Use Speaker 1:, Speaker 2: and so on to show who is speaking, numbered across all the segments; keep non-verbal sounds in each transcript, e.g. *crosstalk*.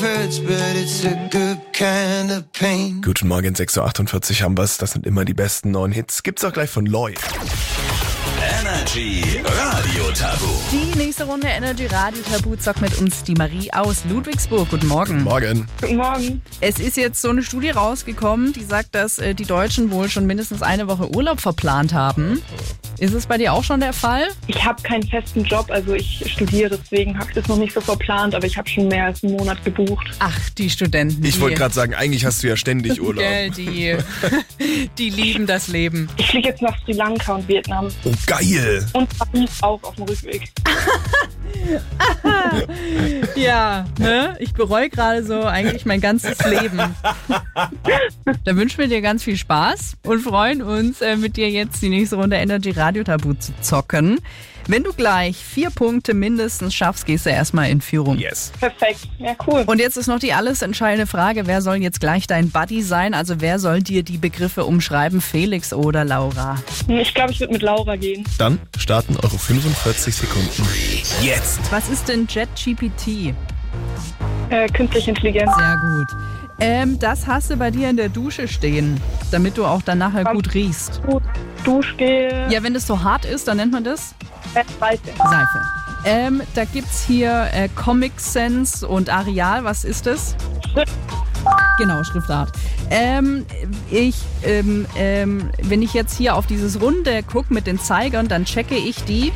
Speaker 1: hurts, but it's a good kind of pain.
Speaker 2: Guten Morgen, 6.48 Uhr haben wir's. Das sind immer die besten neuen Hits. Gibt's auch gleich von Loy.
Speaker 3: Energy Radio Tabu.
Speaker 4: Die nächste Runde Energy Radio Tabu zockt mit uns die Marie aus Ludwigsburg. Guten Morgen.
Speaker 2: Morgen.
Speaker 5: Guten Morgen.
Speaker 4: Es ist jetzt so eine Studie rausgekommen, die sagt, dass äh, die Deutschen wohl schon mindestens eine Woche Urlaub verplant haben. Ist es bei dir auch schon der Fall?
Speaker 5: Ich habe keinen festen Job, also ich studiere, deswegen habe ich das noch nicht so verplant, aber ich habe schon mehr als einen Monat gebucht.
Speaker 4: Ach, die Studenten.
Speaker 2: Ich wollte
Speaker 4: die-
Speaker 2: gerade sagen, eigentlich hast du ja
Speaker 4: *laughs*
Speaker 2: ständig
Speaker 4: Gell,
Speaker 2: Urlaub.
Speaker 4: die, die *laughs* lieben das Leben.
Speaker 5: Ich fliege jetzt nach Sri Lanka und Vietnam
Speaker 2: Oh, geil.
Speaker 5: und Paris auch auf dem Rückweg.
Speaker 4: Ja, ne? Ich bereue gerade so eigentlich mein ganzes Leben. Dann wünschen wir dir ganz viel Spaß und freuen uns, äh, mit dir jetzt die nächste Runde Energy Radio Tabu zu zocken. Wenn du gleich vier Punkte mindestens schaffst, gehst du erstmal in Führung.
Speaker 2: Yes.
Speaker 5: Perfekt. Ja, cool.
Speaker 4: Und jetzt ist noch die alles entscheidende Frage, wer soll jetzt gleich dein Buddy sein? Also wer soll dir die Begriffe umschreiben, Felix oder Laura?
Speaker 5: Hm, Ich glaube, ich würde mit Laura gehen.
Speaker 2: Dann starten eure 45 Sekunden. Jetzt.
Speaker 4: Was ist denn JetGPT?
Speaker 5: Äh, künstliche Intelligenz.
Speaker 4: Sehr gut. Ähm, das hast du bei dir in der Dusche stehen, damit du auch dann nachher gut riechst.
Speaker 5: Gut. Duschgel.
Speaker 4: Ja, wenn das so hart ist, dann nennt man das
Speaker 5: Äh, Seife.
Speaker 4: Seife. Ähm, da gibt's hier äh, Comic Sense und Areal. Was ist das?
Speaker 5: Schrift.
Speaker 4: Genau, Schriftart. Ähm, ich, ähm, ähm, wenn ich jetzt hier auf dieses Runde gucke mit den Zeigern, dann checke ich die.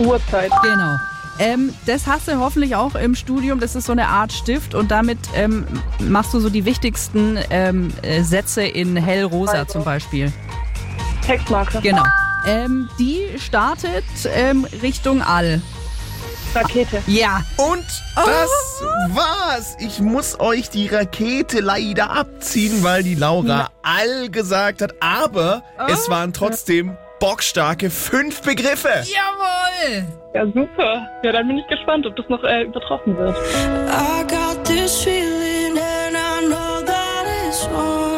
Speaker 5: Uhrzeit.
Speaker 4: Genau. Ähm, das hast du hoffentlich auch im Studium. Das ist so eine Art Stift und damit ähm, machst du so die wichtigsten ähm, äh, Sätze in hellrosa
Speaker 5: Also.
Speaker 4: zum Beispiel.
Speaker 5: Textmarke.
Speaker 4: Genau. Ähm, die startet ähm, Richtung All.
Speaker 5: Rakete.
Speaker 4: Ja.
Speaker 2: Und das war's. Ich muss euch die Rakete leider abziehen, weil die Laura all gesagt hat. Aber es waren trotzdem bockstarke fünf Begriffe.
Speaker 4: Jawohl!
Speaker 5: Ja, super. Ja, dann bin ich gespannt, ob das noch äh, übertroffen wird.
Speaker 6: I got this feeling and I know that it's wrong.